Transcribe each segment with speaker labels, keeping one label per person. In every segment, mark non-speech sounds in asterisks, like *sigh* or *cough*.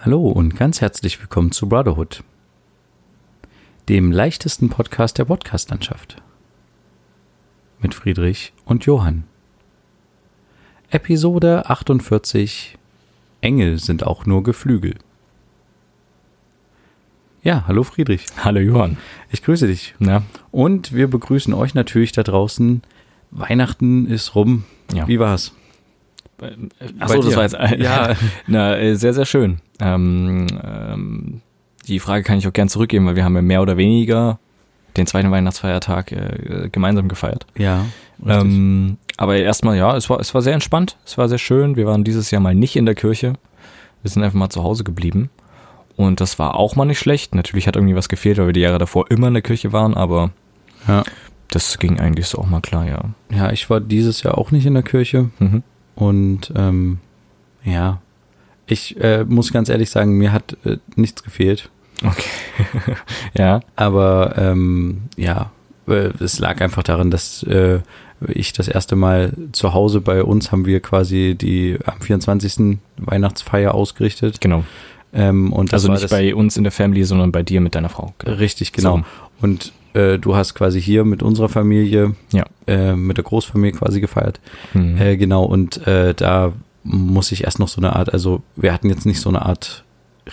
Speaker 1: Hallo und ganz herzlich willkommen zu Brotherhood, dem leichtesten Podcast der Podcastlandschaft. Mit Friedrich und Johann. Episode 48 Engel sind auch nur Geflügel. Ja, hallo Friedrich.
Speaker 2: Hallo Johann.
Speaker 1: Ich grüße dich.
Speaker 2: Na,
Speaker 1: Und wir begrüßen euch natürlich da draußen. Weihnachten ist rum.
Speaker 2: Ja.
Speaker 1: Wie war's?
Speaker 2: ach so,
Speaker 1: Bei
Speaker 2: das
Speaker 1: dir.
Speaker 2: war jetzt
Speaker 1: Ja.
Speaker 2: *laughs* na, äh, sehr sehr schön. Ähm, ähm, die Frage kann ich auch gern zurückgeben, weil wir haben ja mehr oder weniger den zweiten Weihnachtsfeiertag äh, gemeinsam gefeiert.
Speaker 1: Ja. Ähm,
Speaker 2: Ähm, aber erstmal ja, es war es war sehr entspannt, es war sehr schön. Wir waren dieses Jahr mal nicht in der Kirche, wir sind einfach mal zu Hause geblieben und das war auch mal nicht schlecht. Natürlich hat irgendwie was gefehlt, weil wir die Jahre davor immer in der Kirche waren, aber
Speaker 1: ja.
Speaker 2: das ging eigentlich so auch mal klar, ja.
Speaker 1: ja, ich war dieses Jahr auch nicht in der Kirche.
Speaker 2: Mhm.
Speaker 1: Und ähm, ja, ich äh, muss ganz ehrlich sagen, mir hat äh, nichts gefehlt.
Speaker 2: Ja,
Speaker 1: Aber ähm, ja, äh, es lag einfach daran, dass äh, ich das erste Mal zu Hause bei uns haben wir quasi die am 24. Weihnachtsfeier ausgerichtet.
Speaker 2: genau.
Speaker 1: Ähm, und das
Speaker 2: Also
Speaker 1: war
Speaker 2: nicht
Speaker 1: das
Speaker 2: bei uns in der Family, sondern bei dir mit deiner Frau.
Speaker 1: Richtig, genau.
Speaker 2: So.
Speaker 1: Und äh, du hast quasi hier mit unserer Familie,
Speaker 2: Ja.
Speaker 1: äh, mit der Großfamilie quasi gefeiert.
Speaker 2: Mhm.
Speaker 1: Äh, genau, und äh, da muss ich erst noch so eine Art, also wir hatten jetzt nicht so eine Art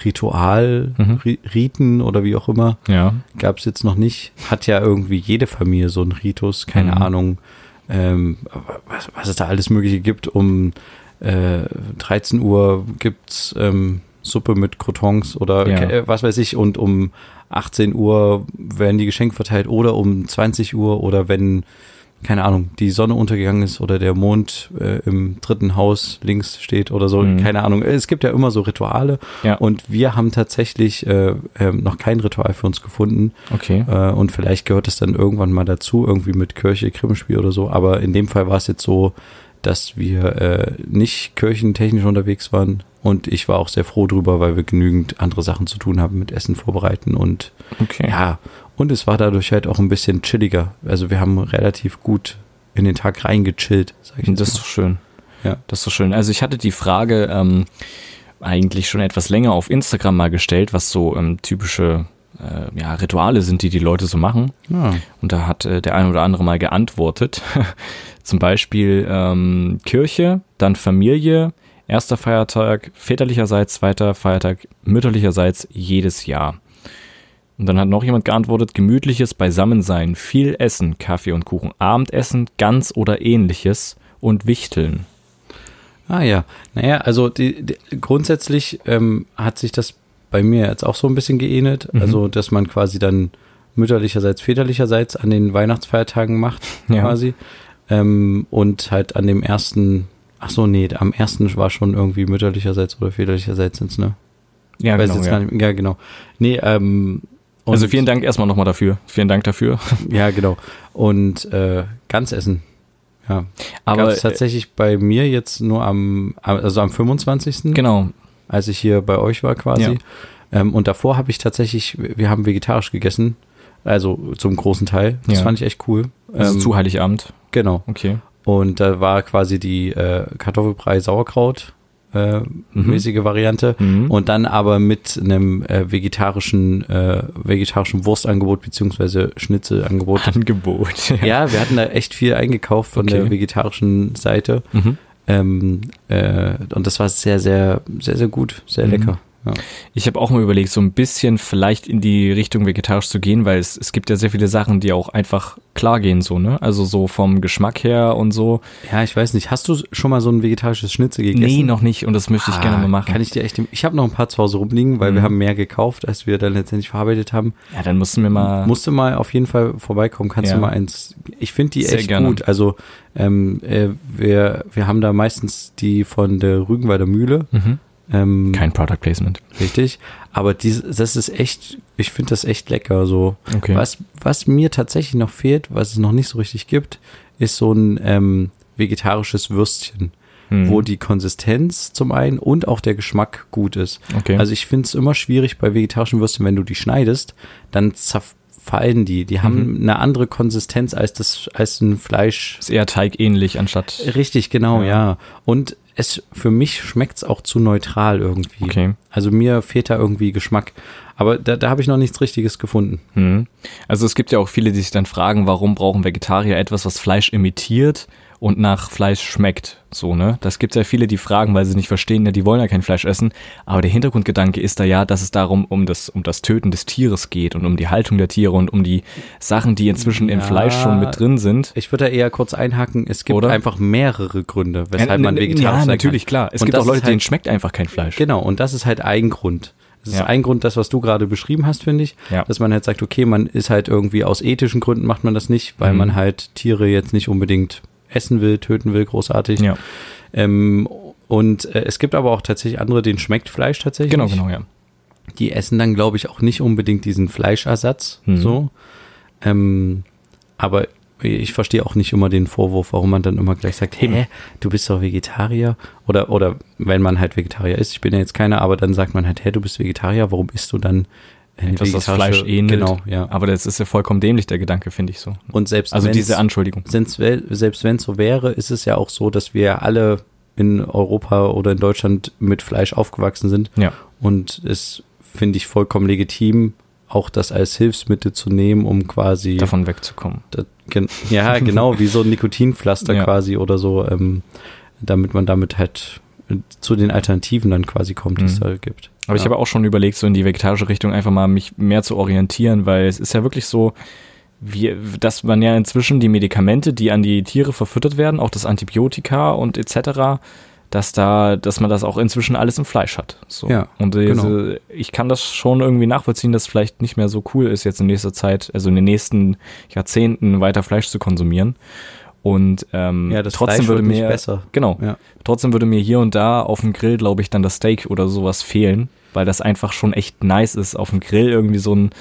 Speaker 1: Ritual,
Speaker 2: Mhm.
Speaker 1: Ri Riten oder wie auch immer,
Speaker 2: ja.
Speaker 1: gab es jetzt noch nicht. Hat ja irgendwie jede Familie so einen Ritus, keine
Speaker 2: Mhm.
Speaker 1: Ahnung, ähm, was, was es da alles Mögliche gibt. Um äh, 13 Uhr gibt's ähm, Suppe mit Crotons oder
Speaker 2: Ja.
Speaker 1: äh, was weiß ich. Und um 18 Uhr werden die Geschenke verteilt oder um 20 Uhr oder wenn, keine Ahnung, die Sonne untergegangen ist oder der Mond äh, im dritten Haus links steht oder so.
Speaker 2: Mhm.
Speaker 1: Keine Ahnung. Es gibt ja immer so Rituale.
Speaker 2: Ja.
Speaker 1: Und wir haben tatsächlich äh, ähm, noch kein Ritual für uns gefunden.
Speaker 2: Okay.
Speaker 1: Äh, und vielleicht gehört es dann irgendwann mal dazu, irgendwie mit Kirche, Krippenspiel oder so. Aber in dem Fall war es jetzt so, dass wir äh, nicht kirchentechnisch unterwegs waren. Und ich war auch sehr froh drüber, weil wir genügend andere Sachen zu tun haben mit Essen vorbereiten und
Speaker 2: Okay.
Speaker 1: ja. Und es war dadurch halt auch ein bisschen chilliger. Also wir haben relativ gut in den Tag reingechillt, sag ich jetzt
Speaker 2: Und Das ist doch schön.
Speaker 1: Ja.
Speaker 2: Das ist doch schön. Also ich hatte die Frage ähm, eigentlich schon etwas länger auf Instagram mal gestellt, was so ähm, typische äh, ja, Rituale sind, die die Leute so machen.
Speaker 1: mal.
Speaker 2: Und da hat äh, der ein oder andere mal geantwortet. *laughs* Zum Beispiel ähm, Kirche, dann Familie, erster Feiertag väterlicherseits, zweiter Feiertag mütterlicherseits jedes Jahr. Und dann hat noch jemand geantwortet, gemütliches Beisammensein, viel Essen, Kaffee und Kuchen, Abendessen, ganz oder ähnliches und Wichteln.
Speaker 1: Ah ja, naja, also die, die, grundsätzlich ähm, hat sich das bei mir jetzt auch so ein bisschen geähnelt.
Speaker 2: Mhm.
Speaker 1: Also, dass man quasi dann mütterlicherseits, väterlicherseits an den Weihnachtsfeiertagen macht,
Speaker 2: Ja.
Speaker 1: quasi. Ähm, und halt an dem ersten, ach so, nee, am ersten war schon irgendwie mütterlicherseits oder väterlicherseits jetzt, ne?
Speaker 2: Ja,
Speaker 1: Weiß jetzt gar nicht, ja, genau. Nee, ähm, und-
Speaker 2: Also vielen Dank erstmal nochmal dafür. Vielen Dank dafür. *laughs*
Speaker 1: Ja, genau. Und äh, ganz essen. Ja,
Speaker 2: Aber
Speaker 1: gab es tatsächlich bei mir jetzt nur am, also am 25
Speaker 2: äh, genau,
Speaker 1: als ich hier bei euch war quasi.
Speaker 2: Ja.
Speaker 1: Ähm, und davor habe ich tatsächlich, wir haben vegetarisch gegessen, also zum großen Teil. Das
Speaker 2: Ja.
Speaker 1: fand ich echt cool.
Speaker 2: also
Speaker 1: Ähm,
Speaker 2: zu Heiligabend.
Speaker 1: genau.
Speaker 2: Okay.
Speaker 1: Und da war quasi die äh, Kartoffelbrei Sauerkraut äh, mäßige Variante.
Speaker 2: Mhm.
Speaker 1: Und dann aber mit einem äh, vegetarischen, äh, vegetarischen Wurstangebot beziehungsweise Schnitzelangebot.
Speaker 2: *laughs* Angebot.
Speaker 1: Ja, wir hatten da echt viel eingekauft von
Speaker 2: Okay.
Speaker 1: der vegetarischen Seite.
Speaker 2: Mhm.
Speaker 1: Ähm, äh, und das war sehr, sehr, sehr, sehr gut, sehr
Speaker 2: Mhm.
Speaker 1: lecker. Ja.
Speaker 2: Ich habe auch mal überlegt, so ein bisschen vielleicht in die Richtung vegetarisch zu gehen, weil es, es gibt ja sehr viele Sachen, die auch einfach klar gehen, so, ne? Also so vom Geschmack her und so.
Speaker 1: Ja, ich weiß nicht. Hast du schon mal so ein vegetarisches Schnitzel gegessen? Ah,
Speaker 2: Nee, noch nicht und das möchte ich gerne mal machen.
Speaker 1: Kann ich dir echt. Ich habe noch ein paar zu Hause rumliegen, weil wir haben mehr gekauft, als wir dann letztendlich verarbeitet haben.
Speaker 2: ja, dann mussten wir mal.
Speaker 1: Musst du mal auf jeden Fall vorbeikommen. Kannst
Speaker 2: Ja.
Speaker 1: du mal eins. Ich finde die
Speaker 2: Sehr
Speaker 1: echt
Speaker 2: gerne.
Speaker 1: gut. Also ähm, äh, wir wir haben da meistens die von der Rügenweider Mühle.
Speaker 2: Mhm.
Speaker 1: Ähm,
Speaker 2: Kein Product Placement.
Speaker 1: Richtig. Aber dies, das ist echt. Ich finde das echt lecker. So.
Speaker 2: Okay.
Speaker 1: Was, was mir tatsächlich noch fehlt, was es noch nicht so richtig gibt, ist so ein ähm, vegetarisches Würstchen,
Speaker 2: Mhm.
Speaker 1: wo die Konsistenz zum einen und auch der Geschmack gut ist.
Speaker 2: Okay.
Speaker 1: Also ich finde es immer schwierig bei vegetarischen Würstchen, wenn du die schneidest, dann zerf fallen die. Die haben
Speaker 2: Mhm.
Speaker 1: eine andere Konsistenz als das, als ein Fleisch.
Speaker 2: Ist eher teigähnlich anstatt.
Speaker 1: Richtig, genau, ja. Und es für mich schmeckt es auch zu neutral irgendwie.
Speaker 2: Okay.
Speaker 1: Also mir fehlt da irgendwie Geschmack. Aber da, da habe ich noch nichts Richtiges gefunden.
Speaker 2: Hm. Also es gibt ja auch viele, die sich dann fragen, warum brauchen Vegetarier etwas, was Fleisch imitiert und nach Fleisch schmeckt. So, ne? Das gibt ja viele, die fragen, weil sie nicht verstehen, ja, die wollen ja kein Fleisch essen. Aber der Hintergrundgedanke ist da ja, dass es darum um das, um das Töten des Tieres geht und um die Haltung der Tiere und um die Sachen, die inzwischen im
Speaker 1: Ja.
Speaker 2: Fleisch schon mit drin sind.
Speaker 1: Ich würde da eher kurz einhaken. Es gibt
Speaker 2: Oder?
Speaker 1: einfach mehrere Gründe, weshalb man vegetarisch
Speaker 2: ja,
Speaker 1: sein
Speaker 2: natürlich,
Speaker 1: kann.
Speaker 2: klar. Es
Speaker 1: Und
Speaker 2: gibt
Speaker 1: das
Speaker 2: auch Leute,
Speaker 1: ist halt,
Speaker 2: denen schmeckt einfach kein Fleisch.
Speaker 1: Genau, und das ist halt ein Grund. Das ist
Speaker 2: Ja.
Speaker 1: ein Grund, das, was du gerade beschrieben hast, finde ich,
Speaker 2: Ja.
Speaker 1: dass man halt sagt, okay, man ist halt irgendwie aus ethischen Gründen macht man das nicht, weil
Speaker 2: Mhm.
Speaker 1: man halt Tiere jetzt nicht unbedingt essen will, töten will, großartig.
Speaker 2: Ja,
Speaker 1: Ähm, und äh, es gibt aber auch tatsächlich andere, denen schmeckt Fleisch tatsächlich.
Speaker 2: genau,
Speaker 1: nicht.
Speaker 2: genau, ja.
Speaker 1: Die essen dann, glaube ich, auch nicht unbedingt diesen Fleischersatz.
Speaker 2: Mhm.
Speaker 1: So. Ähm, aber ich verstehe auch nicht immer den Vorwurf, warum man dann immer gleich sagt, hä, du bist doch Vegetarier. Oder, oder wenn man halt Vegetarier ist, ich bin ja jetzt keiner, aber dann sagt man halt, hä, du bist Vegetarier, warum isst du dann eine
Speaker 2: Etwas, das
Speaker 1: vegetarische-
Speaker 2: Fleisch ähnelt.
Speaker 1: Genau, ja.
Speaker 2: Aber das ist ja vollkommen dämlich, der Gedanke, finde ich so.
Speaker 1: Und selbst
Speaker 2: Also
Speaker 1: wenn's-
Speaker 2: diese Anschuldigung.
Speaker 1: selbst wel- selbst wenn es so wäre, ist es ja auch so, dass wir alle in Europa oder in Deutschland mit Fleisch aufgewachsen sind.
Speaker 2: Ja.
Speaker 1: Und es finde ich vollkommen legitim, auch das als Hilfsmittel zu nehmen, um quasi.
Speaker 2: Davon wegzukommen.
Speaker 1: Da, gen, ja, genau, wie so
Speaker 2: *laughs*
Speaker 1: ein Nikotinpflaster
Speaker 2: Ja.
Speaker 1: quasi oder so, ähm, damit man damit halt zu den Alternativen dann quasi kommt, die es
Speaker 2: Mhm.
Speaker 1: da gibt.
Speaker 2: Aber ich
Speaker 1: Ja.
Speaker 2: habe auch schon überlegt, so in die vegetarische Richtung einfach mal mich mehr zu orientieren, weil es ist ja wirklich so, wie, dass man ja inzwischen die Medikamente, die an die Tiere verfüttert werden, auch das Antibiotika und etc., dass da, dass man das auch inzwischen alles im Fleisch hat. So.
Speaker 1: Ja, genau.
Speaker 2: und diese, ich kann das schon irgendwie nachvollziehen, dass es vielleicht nicht mehr so cool ist, jetzt in nächster Zeit, also in den nächsten Jahrzehnten weiter Fleisch zu konsumieren. Und ähm,
Speaker 1: Ja, das
Speaker 2: trotzdem
Speaker 1: Fleisch
Speaker 2: würde
Speaker 1: wird
Speaker 2: mir
Speaker 1: nicht besser.
Speaker 2: Genau.
Speaker 1: Ja.
Speaker 2: Trotzdem würde mir hier und da auf dem Grill, glaube ich, dann das Steak oder sowas fehlen, weil das einfach schon echt nice ist, auf dem Grill irgendwie so ein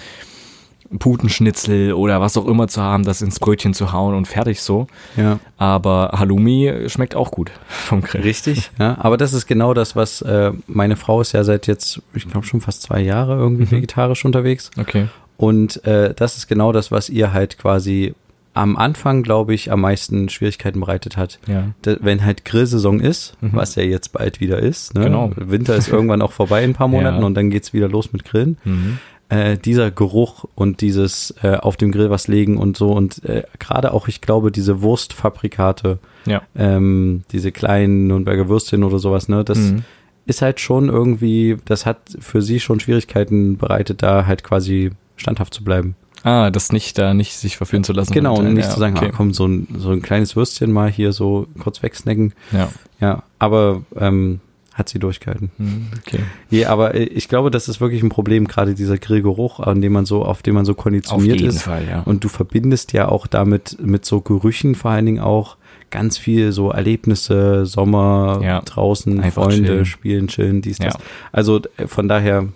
Speaker 2: Putenschnitzel oder was auch immer zu haben, das ins Brötchen zu hauen und fertig so.
Speaker 1: Ja.
Speaker 2: Aber Halloumi schmeckt auch gut *laughs* vom Grill.
Speaker 1: Richtig. *laughs* Ja, aber das ist genau das, was äh, meine Frau ist ja seit jetzt, ich glaube schon fast zwei Jahre irgendwie
Speaker 2: Mhm.
Speaker 1: vegetarisch unterwegs.
Speaker 2: Okay.
Speaker 1: Und äh, das ist genau das, was ihr halt quasi am Anfang, glaube ich, am meisten Schwierigkeiten bereitet hat.
Speaker 2: Ja.
Speaker 1: Da, wenn halt Grillsaison ist, was ja jetzt bald wieder ist. Ne?
Speaker 2: Mhm. Genau.
Speaker 1: Winter ist irgendwann auch vorbei in
Speaker 2: *laughs*
Speaker 1: ein paar Monaten
Speaker 2: Ja.
Speaker 1: und dann geht's wieder los mit Grillen.
Speaker 2: Mhm.
Speaker 1: Äh, dieser Geruch und dieses äh, auf dem Grill was legen und so und äh, gerade auch, ich glaube, diese Wurstfabrikate,
Speaker 2: Ja.
Speaker 1: ähm, diese kleinen Nürnberger Würstchen oder sowas, ne, das
Speaker 2: Mhm.
Speaker 1: ist halt schon irgendwie, das hat für sie schon Schwierigkeiten bereitet, da halt quasi standhaft zu bleiben.
Speaker 2: Ah, das nicht da nicht sich verführen zu lassen.
Speaker 1: Genau,
Speaker 2: Und,
Speaker 1: und
Speaker 2: äh,
Speaker 1: nicht
Speaker 2: ja,
Speaker 1: zu sagen,
Speaker 2: okay.
Speaker 1: ah, komm, so ein, so ein kleines Würstchen mal hier so kurz wegsnacken.
Speaker 2: Ja.
Speaker 1: Ja, aber ähm, hat sie durchgehalten.
Speaker 2: Mhm, Okay.
Speaker 1: Nee, aber äh, ich glaube, das ist wirklich ein Problem, gerade dieser Grillgeruch, an dem man so, auf dem man so
Speaker 2: Auf
Speaker 1: konditioniert
Speaker 2: jeden
Speaker 1: ist.
Speaker 2: Fall, ja.
Speaker 1: Und du verbindest ja auch damit mit so Gerüchen vor allen Dingen auch ganz viel so Erlebnisse, Sommer,
Speaker 2: Ja.
Speaker 1: draußen,
Speaker 2: Einfach
Speaker 1: Freunde,
Speaker 2: chillen.
Speaker 1: spielen, chillen, dies, das.
Speaker 2: Ja.
Speaker 1: Also äh, von daher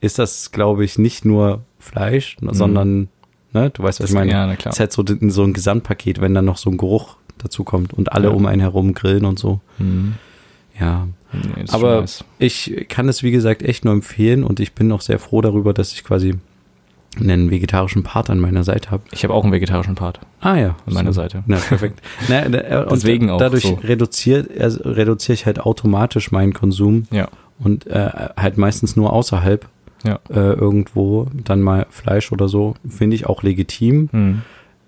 Speaker 1: ist das, glaube ich, nicht nur Fleisch, sondern, ne, du weißt, was ich meine.
Speaker 2: Mhm. ja, na klar.
Speaker 1: Es ist halt so, d- so ein Gesamtpaket, wenn dann noch so ein Geruch dazu kommt und alle
Speaker 2: Ja.
Speaker 1: um einen herum grillen und so.
Speaker 2: Mhm.
Speaker 1: Ja,
Speaker 2: Nee, das ist schon
Speaker 1: aber
Speaker 2: nice.
Speaker 1: ich kann es, wie gesagt, echt nur empfehlen und ich bin auch sehr froh darüber, dass ich quasi einen vegetarischen Part an meiner Seite habe.
Speaker 2: ich habe auch einen vegetarischen Part
Speaker 1: Ah ja,
Speaker 2: an meiner Seite.
Speaker 1: Na,
Speaker 2: *laughs*
Speaker 1: perfekt. Na, na, äh, und
Speaker 2: Deswegen auch
Speaker 1: Dadurch
Speaker 2: so.
Speaker 1: reduziert, also reduziere ich halt automatisch meinen Konsum
Speaker 2: Ja.
Speaker 1: und äh, halt meistens nur außerhalb
Speaker 2: Ja.
Speaker 1: äh, irgendwo dann mal Fleisch oder so. Finde ich auch legitim.
Speaker 2: Mhm.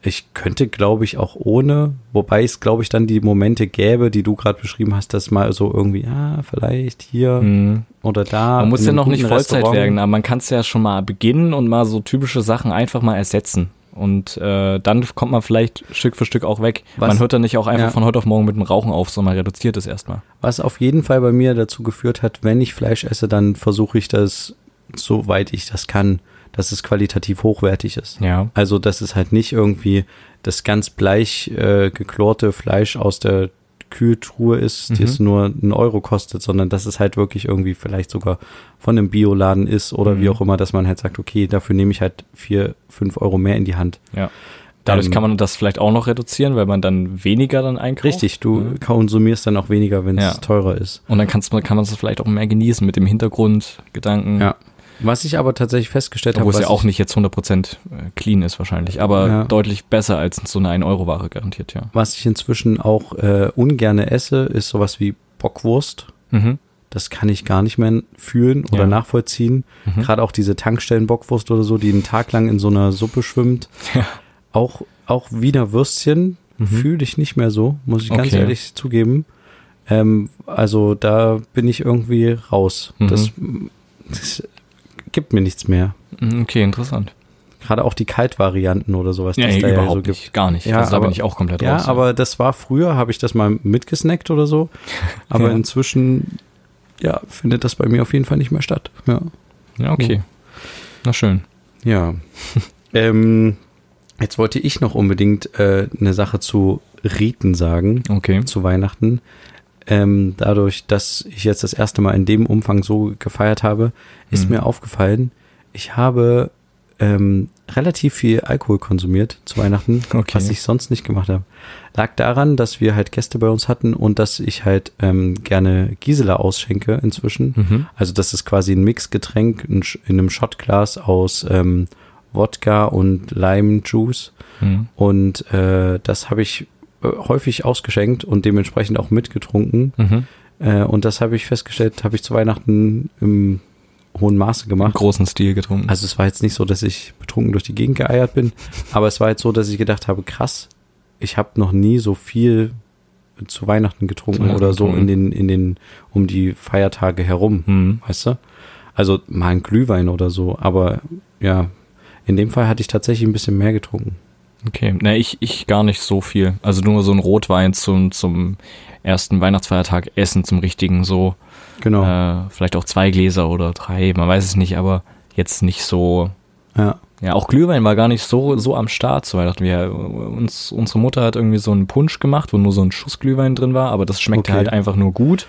Speaker 1: Ich könnte, glaube ich, auch ohne, wobei es, glaube ich, dann die Momente gäbe, die du gerade beschrieben hast, dass mal so irgendwie, ja, vielleicht hier
Speaker 2: Mhm.
Speaker 1: oder da.
Speaker 2: Man muss
Speaker 1: Hm. Ah, in
Speaker 2: ja
Speaker 1: einem
Speaker 2: noch nicht
Speaker 1: guten
Speaker 2: Vollzeit
Speaker 1: Restaurant.
Speaker 2: werden, aber man kann es ja schon mal beginnen und mal so typische Sachen einfach mal ersetzen. Und äh, dann kommt man vielleicht Stück für Stück auch weg.
Speaker 1: Was-
Speaker 2: Man hört dann nicht auch einfach
Speaker 1: Ja.
Speaker 2: von heute auf morgen mit dem Rauchen auf, sondern man reduziert es erstmal.
Speaker 1: Was auf jeden Fall bei mir dazu geführt hat, wenn ich Fleisch esse, dann versuche ich das, soweit ich das kann, dass es qualitativ hochwertig ist.
Speaker 2: Ja.
Speaker 1: Also, dass es halt nicht irgendwie das ganz bleich äh, geklorte Fleisch aus der Kühltruhe ist, die
Speaker 2: Mhm.
Speaker 1: es nur einen Euro kostet, sondern dass es halt wirklich irgendwie vielleicht sogar von einem Bioladen ist oder
Speaker 2: Mhm.
Speaker 1: wie auch immer, dass man halt sagt, okay, dafür nehme ich halt vier, fünf Euro mehr in die Hand.
Speaker 2: ja. Dadurch
Speaker 1: Ähm,
Speaker 2: kann man das vielleicht auch noch reduzieren, weil man dann weniger dann einkauft.
Speaker 1: Richtig, du konsumierst dann auch weniger, wenn es
Speaker 2: Mhm. Ja.
Speaker 1: teurer ist.
Speaker 2: Und dann kann's, man- kann man es vielleicht auch mehr genießen mit dem Hintergrundgedanken.
Speaker 1: Ja. Was ich aber tatsächlich festgestellt habe,
Speaker 2: Obwohl es
Speaker 1: was
Speaker 2: ja auch nicht jetzt 100% clean ist wahrscheinlich, aber
Speaker 1: Ja.
Speaker 2: deutlich besser als so eine 1-Euro-Ware garantiert, ja.
Speaker 1: ich, was ich inzwischen auch äh, ungerne esse, ist sowas wie Bockwurst.
Speaker 2: Mhm.
Speaker 1: Das kann ich gar nicht mehr fühlen oder
Speaker 2: Ja.
Speaker 1: nachvollziehen.
Speaker 2: Mhm.
Speaker 1: Gerade auch diese Tankstellen-Bockwurst oder so, die einen Tag lang in so einer Suppe schwimmt.
Speaker 2: Ja. Mhm.
Speaker 1: Auch, auch Wiener Würstchen fühle ich nicht mehr so, muss ich ganz
Speaker 2: Okay.
Speaker 1: ehrlich zugeben. Ähm, also da bin ich irgendwie raus.
Speaker 2: Mhm.
Speaker 1: Das, das gibt mir nichts mehr.
Speaker 2: Mhm, Okay, interessant.
Speaker 1: Gerade auch die Kaltvarianten oder sowas.
Speaker 2: Ja,
Speaker 1: die es da
Speaker 2: nee,
Speaker 1: ja
Speaker 2: überhaupt
Speaker 1: so gibt.
Speaker 2: nicht, gar nicht.
Speaker 1: Ja,
Speaker 2: also da
Speaker 1: aber-
Speaker 2: bin ich auch komplett
Speaker 1: Ja,
Speaker 2: raus.
Speaker 1: aber das war früher, habe ich das mal mitgesnackt oder so. Aber
Speaker 2: Ja.
Speaker 1: inzwischen, ja, findet das bei mir auf jeden Fall nicht mehr statt. Ja.
Speaker 2: ja,
Speaker 1: hm.
Speaker 2: okay. Na schön.
Speaker 1: ja. *laughs* ähm, jetzt wollte ich noch unbedingt äh, eine Sache zu Riten sagen,
Speaker 2: Okay.
Speaker 1: zu Weihnachten. Ähm, dadurch, dass ich jetzt das erste Mal in dem Umfang so gefeiert habe, ist
Speaker 2: Hm.
Speaker 1: mir aufgefallen, ich habe ähm, relativ viel Alkohol konsumiert zu Weihnachten,
Speaker 2: Okay.
Speaker 1: was ich sonst nicht gemacht habe. Lag daran, dass wir halt Gäste bei uns hatten und dass ich halt ähm, gerne Gisela ausschenke inzwischen.
Speaker 2: Mhm.
Speaker 1: Also das ist quasi ein Mixgetränk in, Sch- in einem Shotglas aus ähm, Wodka und Lime Juice.
Speaker 2: Mhm.
Speaker 1: Und äh, das habe ich äh, häufig ausgeschenkt und dementsprechend auch mitgetrunken.
Speaker 2: Mhm.
Speaker 1: Äh, und das habe ich festgestellt, habe ich zu Weihnachten im hohen Maße
Speaker 2: Im
Speaker 1: gemacht.
Speaker 2: großen Stil getrunken.
Speaker 1: Also es war jetzt nicht so, dass ich betrunken durch die Gegend geeiert bin, aber es war jetzt so, dass ich gedacht habe, krass, ich habe noch nie so viel zu Weihnachten getrunken
Speaker 2: Weihnachten
Speaker 1: oder so in den,
Speaker 2: getrunken.
Speaker 1: in den, um die Feiertage herum,
Speaker 2: mhm.
Speaker 1: weißt du? Also mal ein Glühwein oder so, aber ja, in dem Fall hatte ich tatsächlich ein bisschen mehr getrunken.
Speaker 2: Okay, ne, ich, ich gar nicht so viel. Also nur so ein Rotwein zum, zum ersten Weihnachtsfeiertag essen, zum richtigen so.
Speaker 1: Genau.
Speaker 2: Äh, vielleicht auch zwei Gläser oder drei, man weiß es nicht, aber jetzt nicht so.
Speaker 1: Ja.
Speaker 2: Ja, auch Glühwein war gar nicht so, so am Start zu Weihnachten. Wir, uns, unsere Mutter hat irgendwie so einen Punsch gemacht, wo nur so ein Schuss Glühwein drin war, aber das schmeckte
Speaker 1: Okay.
Speaker 2: halt einfach nur gut.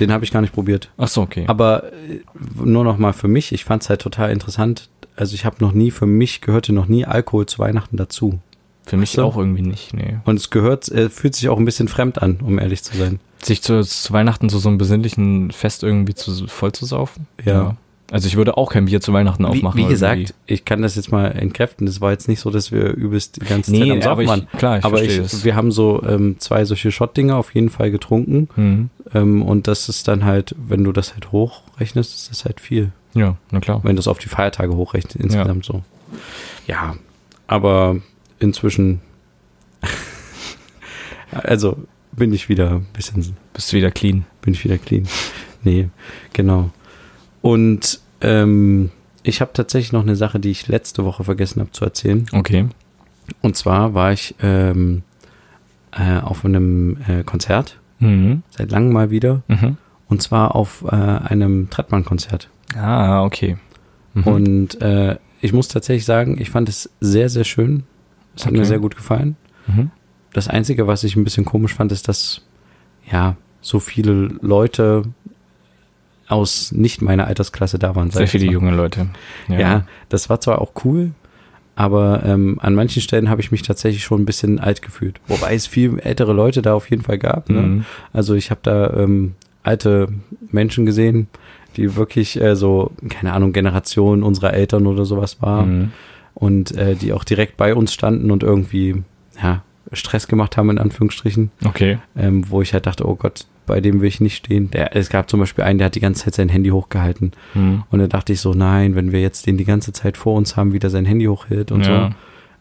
Speaker 1: Den habe ich gar nicht probiert.
Speaker 2: Ach so, okay.
Speaker 1: Aber äh, nur noch mal für mich, ich fand es halt total interessant. Also ich habe noch nie, für mich gehörte noch nie Alkohol zu Weihnachten dazu.
Speaker 2: Für mich
Speaker 1: so.
Speaker 2: auch irgendwie nicht, nee.
Speaker 1: Und es gehört, äh, fühlt sich auch ein bisschen fremd an, um ehrlich zu sein.
Speaker 2: Sich zu, zu Weihnachten zu so einem besinnlichen Fest irgendwie zu, voll zu saufen.
Speaker 1: Ja.
Speaker 2: Also ich würde auch kein Bier zu Weihnachten aufmachen.
Speaker 1: wie, wie
Speaker 2: irgendwie.
Speaker 1: gesagt, ich kann das jetzt mal entkräften. Das war jetzt nicht so, dass wir übelst die ganze Zeit
Speaker 2: Nee,
Speaker 1: halt am
Speaker 2: aber
Speaker 1: Saufen
Speaker 2: ich,
Speaker 1: waren.
Speaker 2: klar, ich
Speaker 1: Aber
Speaker 2: verstehe
Speaker 1: ich,
Speaker 2: es.
Speaker 1: wir haben so ähm, zwei solche Shot-Dinger auf jeden Fall getrunken.
Speaker 2: Mhm.
Speaker 1: Ähm, und das ist dann halt, wenn du das halt hochrechnest, ist das halt viel.
Speaker 2: Ja, na klar.
Speaker 1: wenn du es auf die Feiertage hochrechnest, insgesamt so. Ja, aber inzwischen, *laughs* also bin ich wieder ein bisschen,
Speaker 2: Bist du wieder clean.
Speaker 1: bin ich wieder clean. Nee, genau. Und ähm, ich habe tatsächlich noch eine Sache, die ich letzte Woche vergessen habe zu erzählen.
Speaker 2: Okay.
Speaker 1: Und zwar war ich ähm, äh, auf einem äh, Konzert,
Speaker 2: Mhm.
Speaker 1: seit langem mal wieder,
Speaker 2: Mhm.
Speaker 1: und zwar auf äh, einem Trettmann-Konzert.
Speaker 2: Ah, okay. Mhm.
Speaker 1: Und äh, ich muss tatsächlich sagen, ich fand es sehr, sehr schön. Es hat
Speaker 2: Okay.
Speaker 1: mir sehr gut gefallen.
Speaker 2: Mhm.
Speaker 1: Das Einzige, was ich ein bisschen komisch fand, ist, dass ja so viele Leute aus nicht meiner Altersklasse da waren. sag
Speaker 2: Sehr
Speaker 1: ich
Speaker 2: viele
Speaker 1: jetzt mal.
Speaker 2: junge Leute.
Speaker 1: Ja, das war zwar auch cool, aber ähm, an manchen Stellen habe ich mich tatsächlich schon ein bisschen alt gefühlt. Wobei es viel ältere Leute da auf jeden Fall gab. Ne?
Speaker 2: Mhm.
Speaker 1: Also ich habe da ähm, alte Menschen gesehen, die wirklich äh, so, keine Ahnung, Generation unserer Eltern oder sowas war
Speaker 2: Mhm.
Speaker 1: und äh, die auch direkt bei uns standen und irgendwie ja, Stress gemacht haben, in Anführungsstrichen,
Speaker 2: Okay.
Speaker 1: ähm, wo ich halt dachte, oh Gott, bei dem will ich nicht stehen. Der, es gab zum Beispiel einen, der hat die ganze Zeit sein Handy hochgehalten
Speaker 2: Mhm.
Speaker 1: und da dachte ich so, nein, wenn wir jetzt den die ganze Zeit vor uns haben, wie der sein Handy hochhält und so,
Speaker 2: ja.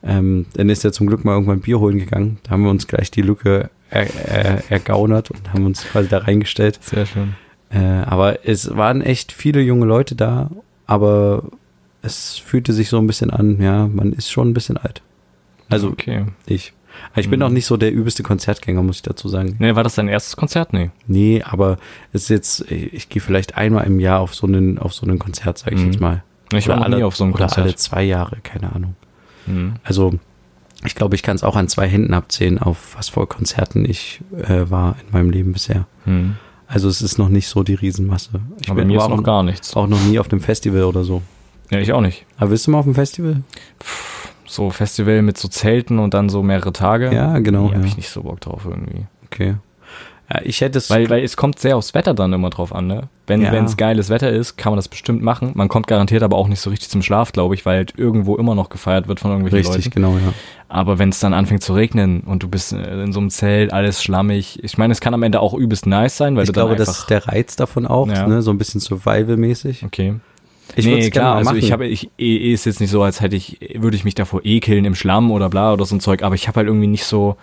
Speaker 1: ähm, dann ist er zum Glück mal irgendwann Bier holen gegangen. Da haben wir uns gleich die Lücke er, er, ergaunert und haben uns quasi da reingestellt.
Speaker 2: Sehr schön.
Speaker 1: Äh, aber es waren echt viele junge Leute da, aber es fühlte sich so ein bisschen an, ja, man ist schon ein bisschen alt. Also
Speaker 2: okay.
Speaker 1: ich. Aber Ich bin
Speaker 2: Mhm.
Speaker 1: auch nicht so der übelste Konzertgänger, muss ich dazu sagen.
Speaker 2: Nee, war das dein erstes Konzert? Nee.
Speaker 1: Nee, aber es ist jetzt, ich gehe vielleicht einmal im Jahr auf so einen, auf so einen Konzert, sage ich
Speaker 2: Mhm.
Speaker 1: jetzt mal.
Speaker 2: Ich war
Speaker 1: Oder
Speaker 2: noch nie
Speaker 1: alle-
Speaker 2: auf so einem
Speaker 1: Oder alle
Speaker 2: Konzert.
Speaker 1: zwei Jahre, keine Ahnung.
Speaker 2: Mhm.
Speaker 1: Also ich glaube, ich kann es auch an zwei Händen abzählen, auf was vor Konzerten ich äh, war in meinem Leben bisher.
Speaker 2: Mhm.
Speaker 1: Also es ist noch nicht so die Riesenmasse. Ich
Speaker 2: Aber mir
Speaker 1: war
Speaker 2: ist noch gar nichts.
Speaker 1: auch noch nie auf einem Festival oder so.
Speaker 2: Ja, ich auch nicht.
Speaker 1: Aber bist du mal auf dem Festival?
Speaker 2: So Festival mit so Zelten und dann so mehrere Tage.
Speaker 1: Ja, genau.
Speaker 2: Nee,
Speaker 1: Ja,
Speaker 2: hab ich nicht so Bock drauf irgendwie.
Speaker 1: Okay. Ich hätte es.
Speaker 2: Weil, weil es kommt sehr aufs Wetter dann immer drauf an, ne? Wenn
Speaker 1: Ja.
Speaker 2: es geiles Wetter ist, kann man das bestimmt machen. Man kommt garantiert aber auch nicht so richtig zum Schlaf, glaube ich, weil halt irgendwo immer noch gefeiert wird von irgendwelchen
Speaker 1: richtig,
Speaker 2: Leuten.
Speaker 1: genau, ja.
Speaker 2: Aber wenn es dann anfängt zu regnen und du bist äh, in so einem Zelt, alles schlammig. Ich meine, es kann am Ende auch übelst nice sein, weil
Speaker 1: Ich
Speaker 2: du dann
Speaker 1: glaube, das
Speaker 2: einfach...
Speaker 1: ist der Reiz davon auch,
Speaker 2: Ja.
Speaker 1: ne? so ein bisschen Survival-mäßig.
Speaker 2: okay.
Speaker 1: Ich
Speaker 2: nee,
Speaker 1: würd's gerne
Speaker 2: klar,
Speaker 1: mal
Speaker 2: also ich
Speaker 1: machen.
Speaker 2: habe, ich, eh, eh ist jetzt nicht so, als hätte ich, würde ich mich davor ekeln im Schlamm oder bla oder so ein Zeug, aber ich habe halt irgendwie nicht so,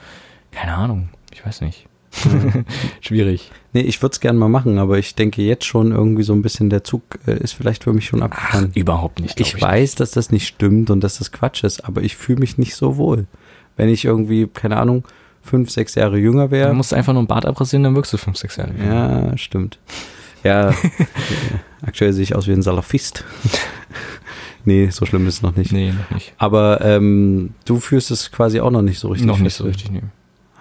Speaker 2: keine Ahnung, ich weiß nicht. *laughs* Schwierig.
Speaker 1: Nee, ich würde es gerne mal machen, aber ich denke jetzt schon irgendwie so ein bisschen, der Zug äh, ist vielleicht für mich schon abgefahren.
Speaker 2: Überhaupt nicht, glaub
Speaker 1: ich weiß, dass das nicht stimmt und dass das Quatsch ist, aber ich fühle mich nicht so wohl. Wenn ich irgendwie, keine Ahnung, fünf, sechs Jahre jünger
Speaker 2: Du
Speaker 1: wäre.
Speaker 2: musst einfach nur einen Bart abrasieren, dann wirkst du 5, 6 Jahre.
Speaker 1: Ja, stimmt.
Speaker 2: *laughs*
Speaker 1: Ja, aktuell sehe ich aus wie ein Salafist. *laughs* nee, so schlimm ist es noch nicht.
Speaker 2: Nee, noch nicht.
Speaker 1: Aber ähm, du führst es quasi auch noch nicht so richtig.
Speaker 2: noch nicht
Speaker 1: fest.
Speaker 2: so richtig, nee.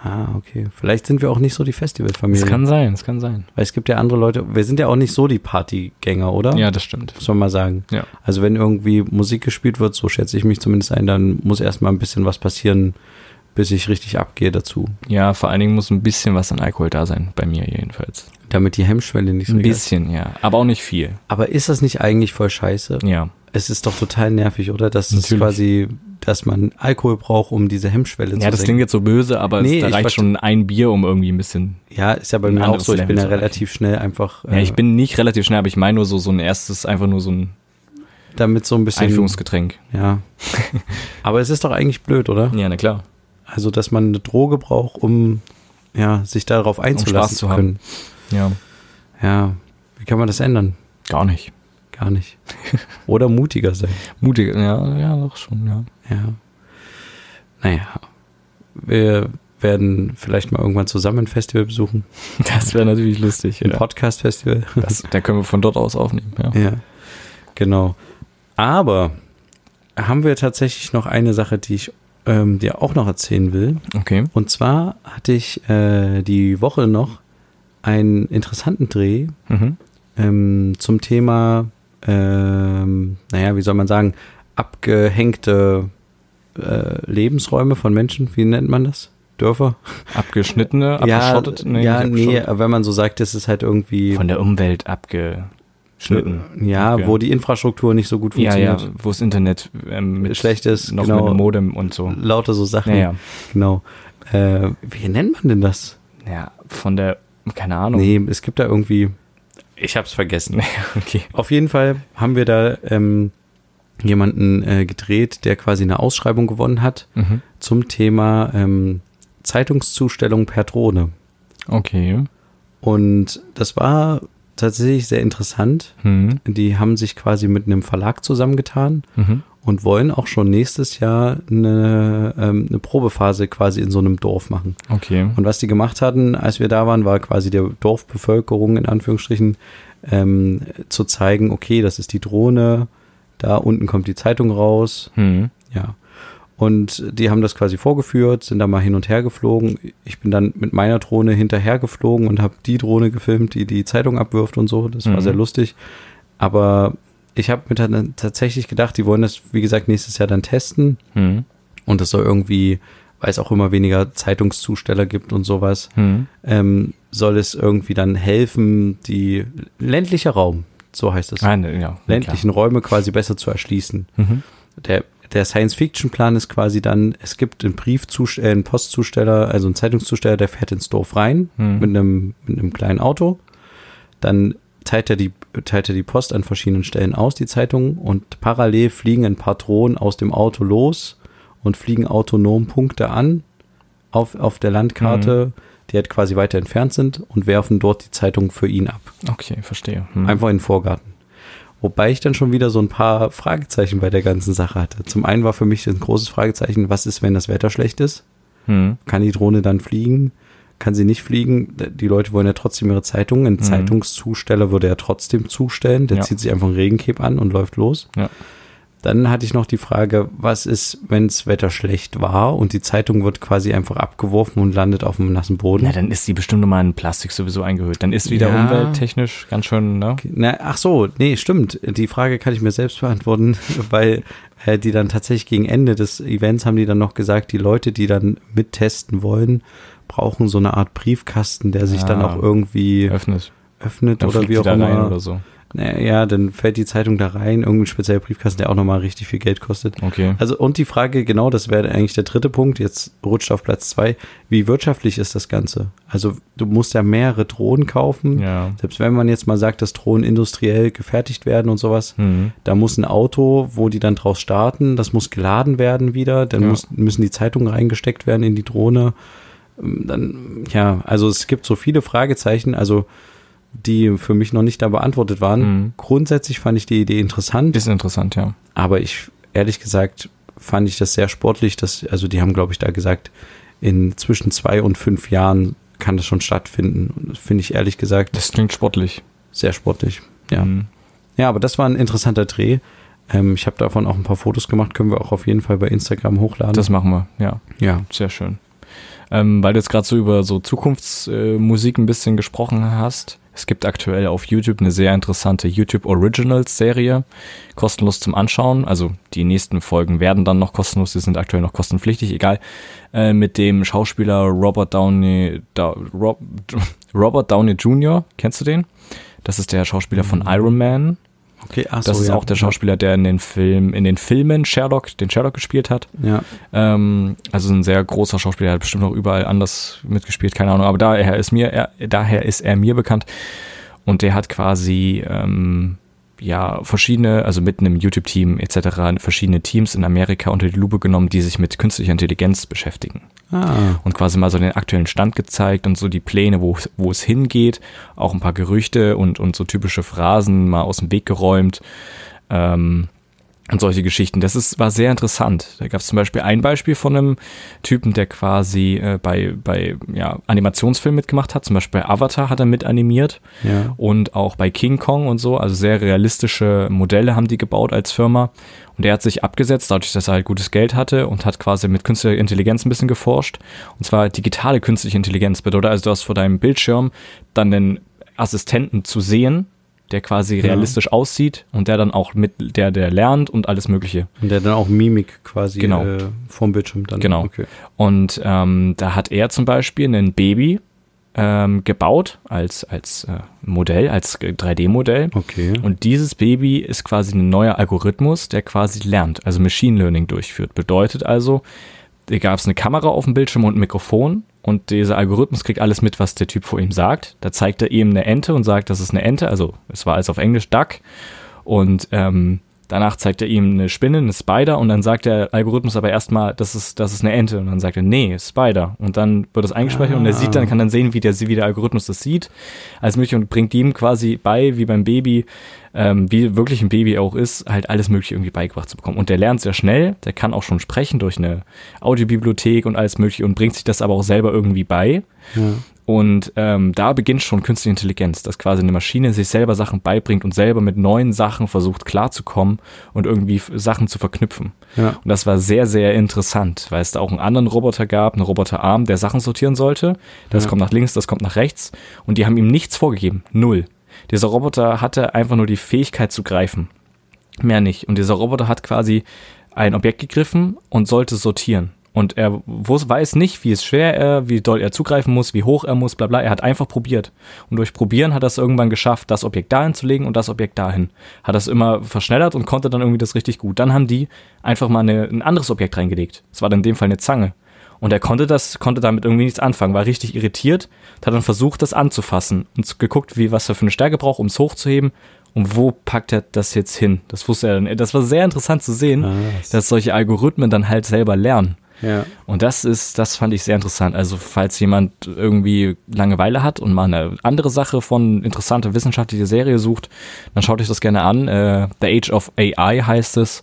Speaker 1: Ah, okay. Vielleicht sind wir auch nicht so die
Speaker 2: Es
Speaker 1: Festivalfamilie.
Speaker 2: kann sein, es kann sein.
Speaker 1: Weil es gibt ja andere Leute, wir sind ja auch nicht so die Partygänger, oder?
Speaker 2: Ja, das stimmt.
Speaker 1: Muss man mal sagen.
Speaker 2: Ja.
Speaker 1: Also wenn irgendwie Musik gespielt wird, so schätze ich mich zumindest ein, dann muss erstmal ein bisschen was passieren, bis ich richtig abgehe dazu.
Speaker 2: Ja, vor allen Dingen muss ein bisschen was an Alkohol da sein, bei mir jedenfalls.
Speaker 1: Damit die Hemmschwelle nicht so
Speaker 2: Ein
Speaker 1: egal-
Speaker 2: bisschen, ja. Aber auch nicht viel.
Speaker 1: Aber ist das nicht eigentlich voll scheiße?
Speaker 2: Ja.
Speaker 1: Es ist doch total nervig, oder? Dass es
Speaker 2: Natürlich.
Speaker 1: quasi, dass man Alkohol braucht, um diese Hemmschwelle
Speaker 2: Ja,
Speaker 1: zu
Speaker 2: das
Speaker 1: senken.
Speaker 2: klingt jetzt so böse, aber
Speaker 1: Nee,
Speaker 2: es, da
Speaker 1: ich
Speaker 2: reicht
Speaker 1: verste-
Speaker 2: schon ein Bier, um irgendwie ein bisschen
Speaker 1: Ja, ist ja bei
Speaker 2: ein
Speaker 1: mir auch
Speaker 2: anderes
Speaker 1: so. Ich bin
Speaker 2: Level
Speaker 1: ja
Speaker 2: zu erreichen.
Speaker 1: relativ schnell einfach
Speaker 2: Ja, ich
Speaker 1: äh,
Speaker 2: bin nicht relativ schnell, aber ich meine nur so, so ein erstes, einfach nur so ein
Speaker 1: damit so ein bisschen.
Speaker 2: Einführungsgetränk. *laughs*
Speaker 1: Ja. Aber es ist doch eigentlich blöd, oder?
Speaker 2: Ja, na klar.
Speaker 1: Also, dass man eine Droge braucht, um ja, sich darauf einzulassen
Speaker 2: Um Spaß
Speaker 1: zu
Speaker 2: zu haben.
Speaker 1: können.
Speaker 2: Ja,
Speaker 1: Ja. Wie kann man das ändern?
Speaker 2: gar nicht.
Speaker 1: Gar
Speaker 2: *laughs*
Speaker 1: nicht. Oder mutiger sein.
Speaker 2: Mutig, ja, ja, doch schon, ja.
Speaker 1: Ja. Naja. Wir werden vielleicht mal irgendwann zusammen ein Festival besuchen.
Speaker 2: Das wäre natürlich lustig.
Speaker 1: Ein
Speaker 2: Ja. *laughs*
Speaker 1: Podcast-Festival.
Speaker 2: Das, da können wir von dort aus aufnehmen, ja.
Speaker 1: Ja, genau. Aber haben wir tatsächlich noch eine Sache, die ich ähm, dir auch noch erzählen will.
Speaker 2: Okay.
Speaker 1: Und zwar hatte ich äh, die Woche noch einen interessanten Dreh
Speaker 2: Mhm.
Speaker 1: ähm, zum Thema, ähm, naja, wie soll man sagen, abgehängte äh, Lebensräume von Menschen. Wie nennt man das? Dörfer?
Speaker 2: Abgeschnittene, abgeschottet?
Speaker 1: Ja, ja
Speaker 2: nicht
Speaker 1: nee,
Speaker 2: abgeschottet.
Speaker 1: wenn man so sagt, das ist halt irgendwie,
Speaker 2: Von der Umwelt abgeschnitten.
Speaker 1: ja,
Speaker 2: Okay.
Speaker 1: wo die Infrastruktur nicht so gut
Speaker 2: Ja,
Speaker 1: funktioniert.
Speaker 2: ja, wo das Internet ähm, mit
Speaker 1: Schlechtes,
Speaker 2: noch
Speaker 1: genau.
Speaker 2: mit einem Modem und so.
Speaker 1: Lauter so Sachen.
Speaker 2: Naja,
Speaker 1: Genau. Äh, wie nennt man denn das?
Speaker 2: ja, von der, keine Ahnung.
Speaker 1: Nee, es gibt da irgendwie. Ich hab's vergessen.
Speaker 2: *laughs* Okay.
Speaker 1: Auf jeden Fall haben wir da ähm, jemanden äh, gedreht, der quasi eine Ausschreibung gewonnen hat
Speaker 2: Mhm.
Speaker 1: zum Thema ähm, Zeitungszustellung per Drohne.
Speaker 2: Okay.
Speaker 1: Und das war tatsächlich sehr interessant.
Speaker 2: Hm.
Speaker 1: Die haben sich quasi mit einem Verlag zusammengetan
Speaker 2: Mhm.
Speaker 1: und wollen auch schon nächstes Jahr eine, ähm, eine Probephase quasi in so einem Dorf machen.
Speaker 2: Okay.
Speaker 1: Und was die gemacht hatten, als wir da waren, war quasi der Dorfbevölkerung in Anführungsstrichen ähm, zu zeigen, okay, das ist die Drohne, da unten kommt die Zeitung raus,
Speaker 2: Hm.
Speaker 1: ja. Und die haben das quasi vorgeführt, sind da mal hin und her geflogen. Ich bin dann mit meiner Drohne hinterher geflogen und habe die Drohne gefilmt, die die Zeitung abwirft und so. Das war
Speaker 2: Mhm.
Speaker 1: sehr lustig. Aber ich habe mir dann tatsächlich gedacht, die wollen das, wie gesagt, nächstes Jahr dann testen.
Speaker 2: Hm.
Speaker 1: Und es soll irgendwie, weil es auch immer weniger Zeitungszusteller gibt und sowas,
Speaker 2: Hm.
Speaker 1: ähm, soll es irgendwie dann helfen, die ländlicher Raum, so heißt es,
Speaker 2: Ah, ne, ja.
Speaker 1: ländlichen Räume quasi besser zu erschließen.
Speaker 2: klar. Mhm.
Speaker 1: Der, der Science-Fiction-Plan ist quasi dann, es gibt einen Briefzust äh, einen Postzusteller, also einen Zeitungszusteller, der fährt ins Dorf rein
Speaker 2: Mhm.
Speaker 1: mit, einem, mit einem kleinen Auto, dann teilt er, die, teilt er die Post an verschiedenen Stellen aus, die Zeitung, und parallel fliegen ein paar Drohnen aus dem Auto los und fliegen autonom Punkte an auf, auf der Landkarte, die halt quasi weiter entfernt sind und werfen dort die Zeitung für ihn ab.
Speaker 2: Okay, verstehe. Hm.
Speaker 1: Einfach in den Vorgarten. Wobei ich dann schon wieder so ein paar Fragezeichen bei der ganzen Sache hatte. Zum einen war für mich ein großes Fragezeichen, was ist, wenn das Wetter schlecht ist?
Speaker 2: Hm.
Speaker 1: Kann die Drohne dann fliegen? Kann sie nicht fliegen? Die Leute wollen ja trotzdem ihre Zeitungen. Ein Zeitungszusteller würde ja trotzdem zustellen. Der
Speaker 2: Mhm. Ja.
Speaker 1: zieht sich einfach einen Regencape an und läuft los.
Speaker 2: Ja.
Speaker 1: Dann hatte ich noch die Frage, was ist, wenns Wetter schlecht war und die Zeitung wird quasi einfach abgeworfen und landet auf dem nassen Boden?
Speaker 2: Na, dann ist die bestimmt nochmal in Plastik sowieso eingehüllt. Dann ist wieder
Speaker 1: Ja.
Speaker 2: umwelttechnisch ganz schön, ne?
Speaker 1: Na, ach so, nee, stimmt. Die Frage kann ich mir selbst beantworten, *laughs* weil äh, die dann tatsächlich gegen Ende des Events haben die dann noch gesagt, die Leute, die dann mittesten wollen, brauchen so eine Art Briefkasten, der sich
Speaker 2: Ah.
Speaker 1: dann auch irgendwie
Speaker 2: Öffnet.
Speaker 1: öffnet
Speaker 2: Dann
Speaker 1: oder
Speaker 2: fliegt
Speaker 1: wie
Speaker 2: die
Speaker 1: auch
Speaker 2: da rein
Speaker 1: immer.
Speaker 2: oder so.
Speaker 1: Naja, ja, dann fällt die Zeitung da rein, irgendein spezieller Briefkasten, der auch nochmal richtig viel Geld kostet.
Speaker 2: Okay.
Speaker 1: Also und die Frage, genau, das wäre eigentlich der dritte Punkt, jetzt rutscht auf Platz zwei, wie wirtschaftlich ist das Ganze? Also du musst ja mehrere Drohnen kaufen.
Speaker 2: Ja.
Speaker 1: Selbst wenn man jetzt mal sagt, dass Drohnen industriell gefertigt werden und sowas,
Speaker 2: Hm.
Speaker 1: da muss ein Auto, wo die dann draus starten, das muss geladen werden wieder, dann
Speaker 2: Ja.
Speaker 1: muss, müssen die Zeitungen reingesteckt werden in die Drohne. Ähm, Dann, ja, also es gibt so viele Fragezeichen, also die für mich noch nicht da beantwortet waren.
Speaker 2: Mhm.
Speaker 1: Grundsätzlich fand ich die Idee interessant.
Speaker 2: Ist interessant, ja.
Speaker 1: Aber ich, ehrlich gesagt, fand ich das sehr sportlich. Dass, also die haben, glaube ich, da gesagt, in zwischen zwei und fünf Jahren kann das schon stattfinden. Und Das finde ich ehrlich gesagt
Speaker 2: Das klingt sportlich.
Speaker 1: sehr sportlich. Ja,
Speaker 2: Hm.
Speaker 1: ja aber das war ein interessanter Dreh. Ähm, ich habe davon auch ein paar Fotos gemacht, können wir auch auf jeden Fall bei Instagram hochladen.
Speaker 2: Das machen wir, ja.
Speaker 1: ja.
Speaker 2: Sehr schön. Ähm, weil du jetzt gerade so über so Zukunftsmusik äh, Musik ein bisschen gesprochen hast. Es gibt aktuell auf YouTube eine sehr interessante YouTube Originals Serie, kostenlos zum Anschauen. Also die nächsten Folgen werden dann noch kostenlos, die sind aktuell noch kostenpflichtig, egal. Äh, mit dem Schauspieler Robert Downey, da, Rob, *laughs* Robert Downey Jr., kennst du den? Das ist der Schauspieler von Iron Man.
Speaker 1: Okay, Mhm. ach
Speaker 2: Das
Speaker 1: so,
Speaker 2: ist
Speaker 1: ja.
Speaker 2: auch der Schauspieler, der in den Film, in den Filmen Sherlock, den Sherlock gespielt hat.
Speaker 1: Ja,
Speaker 2: Ähm, also ein sehr großer Schauspieler, hat bestimmt noch überall anders mitgespielt, keine Ahnung. Aber daher ist mir, er, daher ist er mir bekannt. Und der hat quasi ähm, ja verschiedene, also mit einem YouTube-Team etc. verschiedene Teams in Amerika unter die Lupe genommen, die sich mit künstlicher Intelligenz beschäftigen
Speaker 1: ah,
Speaker 2: und quasi mal so den aktuellen Stand gezeigt und so die Pläne, wo, es- wo es hingeht, auch ein paar Gerüchte und, und so typische Phrasen mal aus dem Weg geräumt ähm, und solche Geschichten. Das ist, war sehr interessant. Da gab es zum Beispiel ein Beispiel von einem Typen, der quasi äh, bei, bei ja, Animationsfilmen mitgemacht hat, zum Beispiel bei Avatar hat er mit animiert
Speaker 1: ja.
Speaker 2: und auch bei King Kong und so, also sehr realistische Modelle haben die gebaut als Firma. Und er hat sich abgesetzt, dadurch, dass er halt gutes Geld hatte und hat quasi mit künstlicher Intelligenz ein bisschen geforscht. Und zwar digitale künstliche Intelligenz bedeutet, also du hast vor deinem Bildschirm dann einen Assistenten zu sehen, der quasi
Speaker 1: Ja.
Speaker 2: realistisch aussieht und der dann auch mit, der, der lernt und alles Mögliche.
Speaker 1: Und der dann auch Mimik quasi
Speaker 2: Genau.
Speaker 1: äh, vom Bildschirm dann.
Speaker 2: Genau.
Speaker 1: Okay.
Speaker 2: Und ähm, da hat er zum Beispiel ein Baby ähm, gebaut als, als äh, Modell, als 3D-Modell.
Speaker 1: okay.
Speaker 2: Und dieses Baby ist quasi ein neuer Algorithmus, der quasi lernt, also Machine Learning durchführt. Bedeutet also, da gab es eine Kamera auf dem Bildschirm und ein Mikrofon und dieser Algorithmus kriegt alles mit, was der Typ vor ihm sagt. Da zeigt er ihm eine Ente und sagt, das ist eine Ente, also es war alles auf Englisch Duck. Und ähm, danach zeigt er ihm eine Spinne, eine Spider und dann sagt der Algorithmus aber erstmal, das ist, das ist eine Ente. Und dann sagt er, nee, Spider. Und dann wird das eingespeichert und er sieht dann, kann dann sehen, wie der, wie der Algorithmus das sieht. Als möglich und bringt ihm quasi bei, wie beim Baby, ähm, wie wirklich ein Baby auch ist, halt alles Mögliche irgendwie beigebracht zu bekommen. Und der lernt sehr schnell, der kann auch schon sprechen durch eine Audiobibliothek und alles Mögliche und bringt sich das aber auch selber irgendwie bei.
Speaker 1: Ja.
Speaker 2: Und ähm, da beginnt schon künstliche Intelligenz, dass quasi eine Maschine sich selber Sachen beibringt und selber mit neuen Sachen versucht klarzukommen und irgendwie f- Sachen zu verknüpfen.
Speaker 1: Ja.
Speaker 2: Und das war sehr, sehr interessant, weil es da auch einen anderen Roboter gab, einen Roboterarm, der Sachen sortieren sollte. Das kommt nach links, das kommt nach rechts. Und die haben ihm nichts vorgegeben. Null. Dieser Roboter hatte einfach nur die Fähigkeit zu greifen. Mehr nicht. Und dieser Roboter hat quasi ein Objekt gegriffen und sollte sortieren. Und er wus- weiß nicht, wie es schwer er, wie doll er zugreifen muss, wie hoch er muss, bla bla. Er hat einfach probiert. Und durch Probieren hat er es irgendwann geschafft, das Objekt dahin zu legen und das Objekt dahin. Hat das immer verschnellert und konnte dann irgendwie das richtig gut. Dann haben die einfach mal eine, ein anderes Objekt reingelegt. Es war dann in dem Fall eine Zange. Und er konnte das, konnte damit irgendwie nichts anfangen, war richtig irritiert, und hat dann versucht, das anzufassen und zu- geguckt, wie, was er für eine Stärke braucht, um es hochzuheben und wo packt er das jetzt hin. Das wusste er dann. Das war sehr interessant zu sehen,
Speaker 1: Krass.
Speaker 2: dass solche Algorithmen dann halt selber lernen.
Speaker 1: Ja.
Speaker 2: Und das ist, das fand ich sehr interessant. Also, falls jemand irgendwie Langeweile hat und mal eine andere Sache von interessante wissenschaftliche Serie sucht, dann schaut euch das gerne an. Äh, The Age of AI heißt es.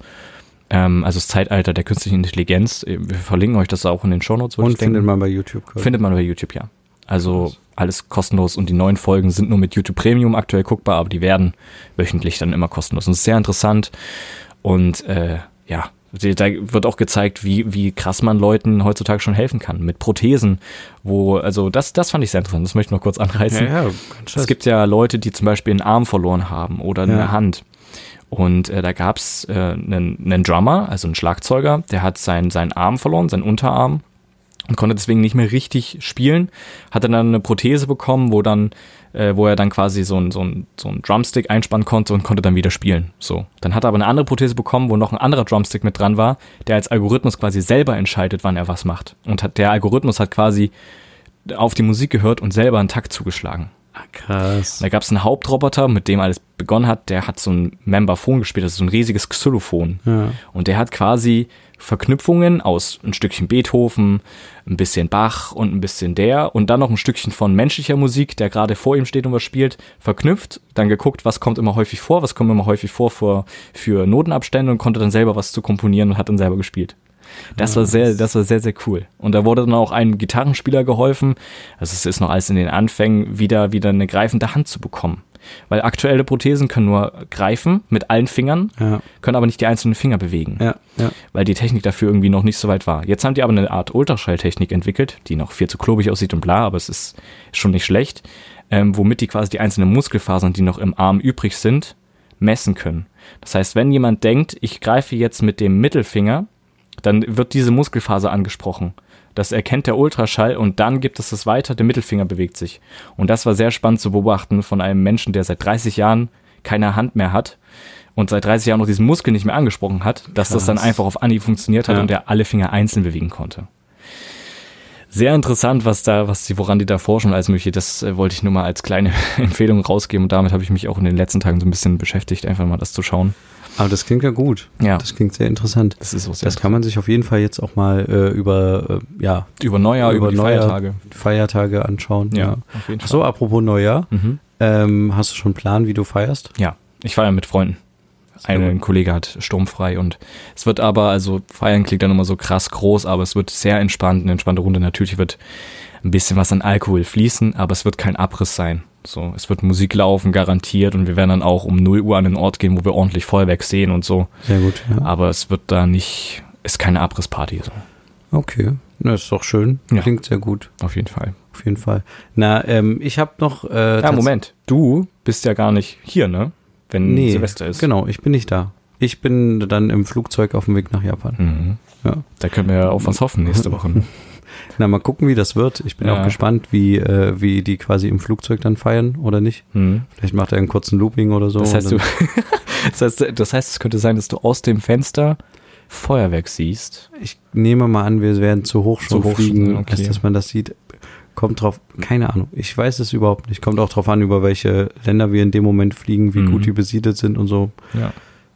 Speaker 2: Ähm, also das Zeitalter der künstlichen Intelligenz. Äh, Wir verlinken euch das auch in den Shownotes. würde
Speaker 1: Und
Speaker 2: ich denken.
Speaker 1: findet man bei YouTube. Kurt.
Speaker 2: Findet man bei YouTube, ja. Also alles kostenlos und die neuen Folgen sind nur mit YouTube Premium aktuell guckbar, aber die werden wöchentlich dann immer kostenlos. Und es ist sehr interessant und äh, ja, die- da wird auch gezeigt, wie, wie krass man Leuten heutzutage schon helfen kann mit Prothesen, wo, also das, das fand ich sehr interessant, das möchte ich noch kurz anreißen.
Speaker 1: ja,
Speaker 2: Es gibt ja Leute, die zum Beispiel einen Arm verloren haben oder
Speaker 1: Ja.
Speaker 2: eine Hand. Und äh, da gab's äh, einen, einen Drummer, also einen Schlagzeuger, der hat seinen, seinen Arm verloren, seinen Unterarm. und konnte deswegen nicht mehr richtig spielen. Hatte dann eine Prothese bekommen, wo dann, äh, wo er dann quasi so ein, so, ein, so ein Drumstick einspannen konnte und konnte dann wieder spielen. So. Dann hat er aber eine andere Prothese bekommen, wo noch ein anderer Drumstick mit dran war, der als Algorithmus quasi selber entscheidet, wann er was macht. Und hat, der Algorithmus hat quasi auf die Musik gehört und selber einen Takt zugeschlagen.
Speaker 1: Ah, Krass.
Speaker 2: Da gab es einen Hauptroboter, mit dem alles begonnen hat, der hat so ein Memberphon gespielt, das ist so ein riesiges Xylophon.
Speaker 1: Ja.
Speaker 2: Und der hat quasi Verknüpfungen aus ein Stückchen Beethoven, ein bisschen Bach und ein bisschen der und dann noch ein Stückchen von menschlicher Musik, der gerade vor ihm steht und was spielt, verknüpft, dann geguckt, was kommt immer häufig vor, was kommt immer häufig vor für, für Notenabstände und konnte dann selber was zu komponieren und hat dann selber gespielt. Das
Speaker 1: Ah,
Speaker 2: war sehr, das war sehr, sehr cool. Und da wurde dann auch einem Gitarrenspieler geholfen. Also es ist noch alles in den Anfängen, wieder, wieder eine greifende Hand zu bekommen. Weil aktuelle Prothesen können nur greifen mit allen Fingern,
Speaker 1: Ja.
Speaker 2: können aber nicht die einzelnen Finger bewegen,
Speaker 1: Ja, ja.
Speaker 2: weil die Technik dafür irgendwie noch nicht so weit war. Jetzt haben die aber eine Art Ultraschalltechnik entwickelt, die noch viel zu klobig aussieht und bla, aber es ist schon nicht schlecht, ähm, womit die quasi die einzelnen Muskelfasern, die noch im Arm übrig sind, messen können. Das heißt, wenn jemand denkt, ich greife jetzt mit dem Mittelfinger, dann wird diese Muskelfaser angesprochen. Das erkennt der Ultraschall und dann gibt es das weiter, der Mittelfinger bewegt sich. Und das war sehr spannend zu beobachten von einem Menschen, der seit 30 Jahren keine Hand mehr hat und seit 30 Jahren noch diesen Muskel nicht mehr angesprochen hat, dass das dann
Speaker 1: Krass.
Speaker 2: einfach auf Anhieb funktioniert hat
Speaker 1: Ja.
Speaker 2: und er alle Finger einzeln bewegen konnte. Sehr interessant, was da, was die, woran die da forschen und alles mögliche. Das äh, wollte ich nur mal als kleine *laughs* Empfehlung rausgeben und damit habe ich mich auch in den letzten Tagen so ein bisschen beschäftigt, einfach mal das zu schauen.
Speaker 1: Aber das klingt ja gut.
Speaker 2: Ja,
Speaker 1: Das klingt sehr interessant.
Speaker 2: das ist auch sehr
Speaker 1: Das kann man sich auf jeden Fall jetzt auch mal äh, über, äh, ja,
Speaker 2: Über Neujahr, über,
Speaker 1: über
Speaker 2: die
Speaker 1: Neujahr.
Speaker 2: Feiertage.
Speaker 1: Feiertage anschauen.
Speaker 2: Ja, auf jeden
Speaker 1: Ach
Speaker 2: Fall.
Speaker 1: so, apropos Neujahr.
Speaker 2: Mhm.
Speaker 1: Ähm, hast du schon einen Plan, wie du feierst?
Speaker 2: Ja, ich feiere mit Freunden. Ein,
Speaker 1: gut.
Speaker 2: ein Kollege hat sturmfrei und es wird aber, also feiern klingt dann immer so krass groß, aber es wird sehr entspannt, eine entspannte Runde. Natürlich wird ein bisschen was an Alkohol fließen, aber es wird kein Abriss sein. So, es wird Musik laufen, garantiert und wir werden dann auch um 0 Uhr an den Ort gehen, wo wir ordentlich Feuerwerk sehen und so.
Speaker 1: Sehr gut. Ja.
Speaker 2: Aber es wird da nicht, ist keine Abrissparty, so.
Speaker 1: Okay. Na, ist doch schön.
Speaker 2: Ja.
Speaker 1: Klingt sehr gut.
Speaker 2: Auf jeden Fall.
Speaker 1: Auf jeden Fall. Na, ähm, ich habe noch. Äh,
Speaker 2: Ja, Moment. Du bist ja gar nicht hier, ne? Wenn
Speaker 1: Nee,
Speaker 2: Silvester ist.
Speaker 1: Genau, ich bin nicht da. Ich bin dann im Flugzeug auf dem Weg nach Japan.
Speaker 2: Mhm.
Speaker 1: Ja.
Speaker 2: Da können wir ja auf was hoffen
Speaker 1: *laughs*
Speaker 2: nächste Woche.
Speaker 1: Na, mal gucken, wie das wird. Ich bin
Speaker 2: Ja.
Speaker 1: auch gespannt, wie, äh, wie die quasi im Flugzeug dann feiern oder nicht.
Speaker 2: Mhm.
Speaker 1: Vielleicht macht er einen kurzen Looping oder so.
Speaker 2: Das heißt, du, *laughs*
Speaker 1: und
Speaker 2: das, heißt, das heißt, es könnte sein, dass du aus dem Fenster Feuerwerk siehst.
Speaker 1: dann, ich nehme mal an, wir werden zu hoch schon
Speaker 2: Zu hoch
Speaker 1: fliegen,
Speaker 2: schon, okay.
Speaker 1: als dass man das sieht. Kommt drauf, keine Ahnung. Ich weiß es überhaupt nicht. Kommt auch drauf an, über welche Länder wir in dem Moment fliegen, wie
Speaker 2: Mhm.
Speaker 1: gut die besiedelt sind und so.
Speaker 2: Ja.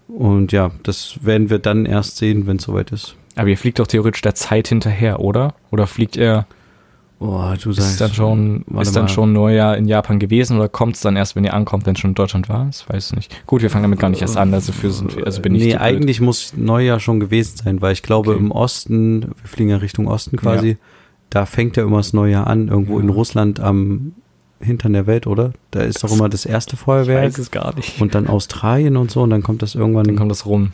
Speaker 1: Und ja, das werden wir dann erst sehen, wenn es soweit ist.
Speaker 2: Aber ihr fliegt doch theoretisch der Zeit hinterher, oder? Oder fliegt er,
Speaker 1: Oh, du
Speaker 2: ist dann schon,
Speaker 1: warte
Speaker 2: ist dann
Speaker 1: mal.
Speaker 2: schon Neujahr in Japan gewesen oder kommt es dann erst, wenn ihr ankommt, wenn es schon in Deutschland war? Ich weiß nicht. Gut, wir fangen damit gar nicht erst an, also, für, sind wir- also bin ich.
Speaker 1: nee,
Speaker 2: zu blöd.
Speaker 1: eigentlich muss Neujahr schon gewesen sein, weil ich glaube,
Speaker 2: Okay.
Speaker 1: im Osten, wir fliegen ja Richtung Osten quasi, da fängt ja immer das Neujahr an, irgendwo
Speaker 2: Ja.
Speaker 1: in Russland am Hintern der Welt, oder? Da ist doch immer das erste
Speaker 2: Ich
Speaker 1: Feuerwerk
Speaker 2: weiß es gar nicht.
Speaker 1: und dann Australien und so und dann kommt das irgendwann.
Speaker 2: Dann kommt das rum.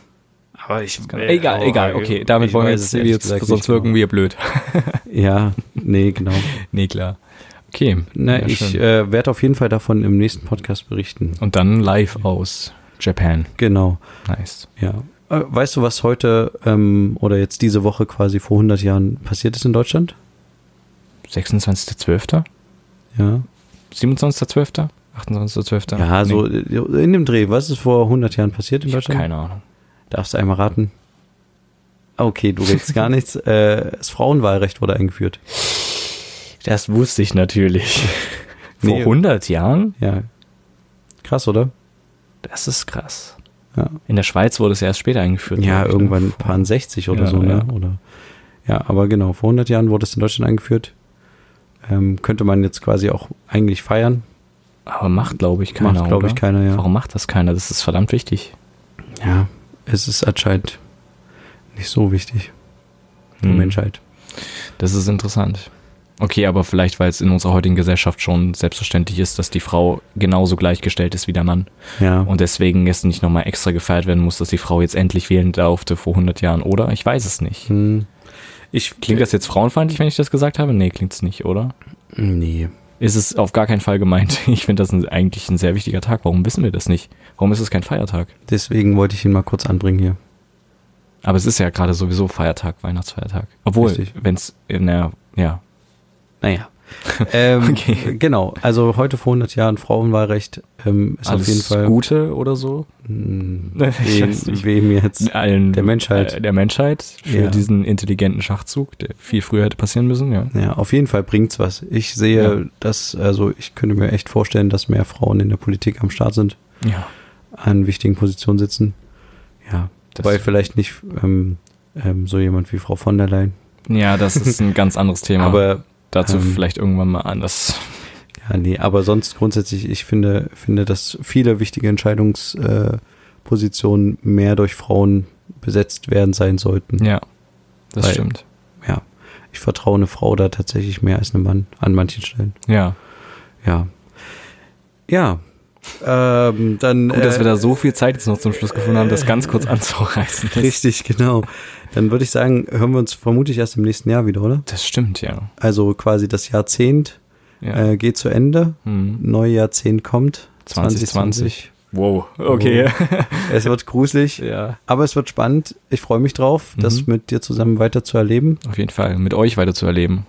Speaker 1: aber ich,
Speaker 2: genau. Egal, egal, okay. Damit
Speaker 1: ich
Speaker 2: wollen wir
Speaker 1: weiß
Speaker 2: jetzt,
Speaker 1: es ehrlich
Speaker 2: jetzt
Speaker 1: gesagt
Speaker 2: sonst
Speaker 1: nicht genau.
Speaker 2: wirken wir blöd. *laughs*
Speaker 1: Ja, nee, genau.
Speaker 2: nee, klar. Okay.
Speaker 1: *laughs* Na,
Speaker 2: Ja,
Speaker 1: ich
Speaker 2: schön.
Speaker 1: äh, werde auf jeden Fall davon im nächsten Podcast berichten.
Speaker 2: Und dann live aus Japan.
Speaker 1: Genau,
Speaker 2: Nice.
Speaker 1: ja. Äh, Weißt du, was heute ähm, oder jetzt diese Woche quasi vor 100 Jahren passiert ist in Deutschland?
Speaker 2: 26.12.?
Speaker 1: Ja.
Speaker 2: 27.12., 28.12.?
Speaker 1: Ja,
Speaker 2: Nee,
Speaker 1: so äh, in dem Dreh. Was ist vor 100 Jahren passiert in
Speaker 2: Ich hab
Speaker 1: Deutschland?
Speaker 2: keine Ahnung.
Speaker 1: Darfst du einmal raten? Okay, du willst *laughs* gar nichts. Äh, das Frauenwahlrecht wurde eingeführt.
Speaker 2: Das wusste ich natürlich. *laughs* Vor
Speaker 1: Nee.
Speaker 2: 100 Jahren?
Speaker 1: Ja. Krass, oder?
Speaker 2: Das ist krass.
Speaker 1: Ja,
Speaker 2: In der Schweiz wurde es erst später eingeführt.
Speaker 1: ja
Speaker 2: glaub ich,
Speaker 1: irgendwann
Speaker 2: ne?
Speaker 1: paar 60 oder
Speaker 2: Ja,
Speaker 1: so, ne?
Speaker 2: ja.
Speaker 1: Oder, ja, aber genau, vor 100 Jahren wurde es in Deutschland eingeführt. Ähm, könnte man jetzt quasi auch eigentlich feiern.
Speaker 2: Aber macht, glaube ich, keiner.
Speaker 1: Macht, glaube ich,
Speaker 2: oder?
Speaker 1: keiner, ja.
Speaker 2: Warum macht das keiner? Das ist verdammt wichtig.
Speaker 1: Ja, es ist anscheinend nicht so wichtig für
Speaker 2: Hm.
Speaker 1: Menschheit.
Speaker 2: Das ist interessant. Okay, aber vielleicht, weil es in unserer heutigen Gesellschaft schon selbstverständlich ist, dass die Frau genauso gleichgestellt ist wie der Mann.
Speaker 1: Ja.
Speaker 2: Und deswegen jetzt nicht nochmal extra gefeiert werden muss, dass die Frau jetzt endlich wählen durfte vor 100 Jahren, oder? Ich weiß es nicht.
Speaker 1: Hm. ich
Speaker 2: Klingt das jetzt frauenfeindlich, wenn ich das gesagt habe? Nee, klingt's nicht, oder?
Speaker 1: Nee.
Speaker 2: Ist es auf gar keinen Fall gemeint. *laughs* Ich finde das ein, eigentlich ein sehr wichtiger Tag. Warum wissen wir das nicht? Warum ist es kein Feiertag?
Speaker 1: Deswegen wollte ich ihn mal kurz anbringen hier.
Speaker 2: Aber es ist ja gerade sowieso Feiertag, Weihnachtsfeiertag. Obwohl,
Speaker 1: Richtig.
Speaker 2: wenn es, naja, Ja. *laughs*
Speaker 1: Naja. Ähm,
Speaker 2: Okay.
Speaker 1: Genau, also heute vor 100 Jahren Frauenwahlrecht ähm, ist
Speaker 2: Alles
Speaker 1: auf jeden Fall hm,
Speaker 2: Gute oder so.
Speaker 1: *laughs*
Speaker 2: *laughs* Ich weiß
Speaker 1: wem,
Speaker 2: nicht.
Speaker 1: wem jetzt
Speaker 2: Allen,
Speaker 1: der Menschheit.
Speaker 2: äh, der Menschheit für
Speaker 1: Ja.
Speaker 2: diesen intelligenten Schachzug, der viel früher hätte passieren müssen, ja.
Speaker 1: Ja, auf jeden Fall bringt's was. Ich sehe, dass, also ich könnte mir echt vorstellen, dass mehr Frauen in der Politik am Start sind,
Speaker 2: Ja.
Speaker 1: an wichtigen Positionen sitzen. Ja,
Speaker 2: Das-
Speaker 1: wobei vielleicht nicht ähm, ähm, so jemand wie Frau von der Leyen.
Speaker 2: Ja, das ist ein ganz anderes
Speaker 1: *laughs*
Speaker 2: Thema.
Speaker 1: Aber
Speaker 2: dazu
Speaker 1: ähm,
Speaker 2: vielleicht irgendwann mal anders.
Speaker 1: ja, nee, aber sonst grundsätzlich, ich finde, finde, dass viele wichtige Entscheidungspositionen äh, Positionen mehr durch Frauen besetzt werden sein sollten.
Speaker 2: Ja, das
Speaker 1: Weil-
Speaker 2: stimmt.
Speaker 1: ja. Ich vertraue eine Frau da tatsächlich mehr als einem Mann an manchen Stellen.
Speaker 2: Ja.
Speaker 1: Ja. Ja. Ähm, dann.
Speaker 2: Gut, dass
Speaker 1: äh,
Speaker 2: wir da so viel Zeit jetzt noch zum Schluss gefunden haben, das ganz kurz anzureißen. Das,
Speaker 1: Richtig, genau. Dann würde ich sagen, hören wir uns vermutlich erst im nächsten Jahr wieder, oder?
Speaker 2: das stimmt, ja.
Speaker 1: Also quasi das Jahrzehnt
Speaker 2: ja.
Speaker 1: äh, geht zu Ende,
Speaker 2: Hm.
Speaker 1: neue Jahrzehnt kommt.
Speaker 2: 2020. Wow, okay.
Speaker 1: Es wird gruselig,
Speaker 2: ja,
Speaker 1: aber es wird spannend. Ich freue mich drauf,
Speaker 2: Mhm.
Speaker 1: das mit dir zusammen weiter zu erleben.
Speaker 2: auf jeden Fall. Mit euch weiter zu erleben.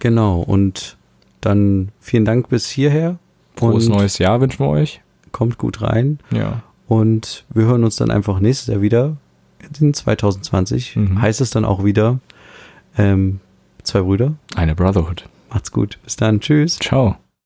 Speaker 1: Genau. Und dann vielen Dank bis hierher.
Speaker 2: Frohes
Speaker 1: und
Speaker 2: neues Jahr wünschen wir euch.
Speaker 1: Kommt gut rein.
Speaker 2: Ja.
Speaker 1: Und wir hören uns dann einfach nächstes Jahr wieder. In 2020
Speaker 2: Mhm.
Speaker 1: heißt es dann auch wieder ähm, zwei Brüder.
Speaker 2: Eine Brotherhood.
Speaker 1: Macht's gut. Bis dann. Tschüss.
Speaker 2: Ciao.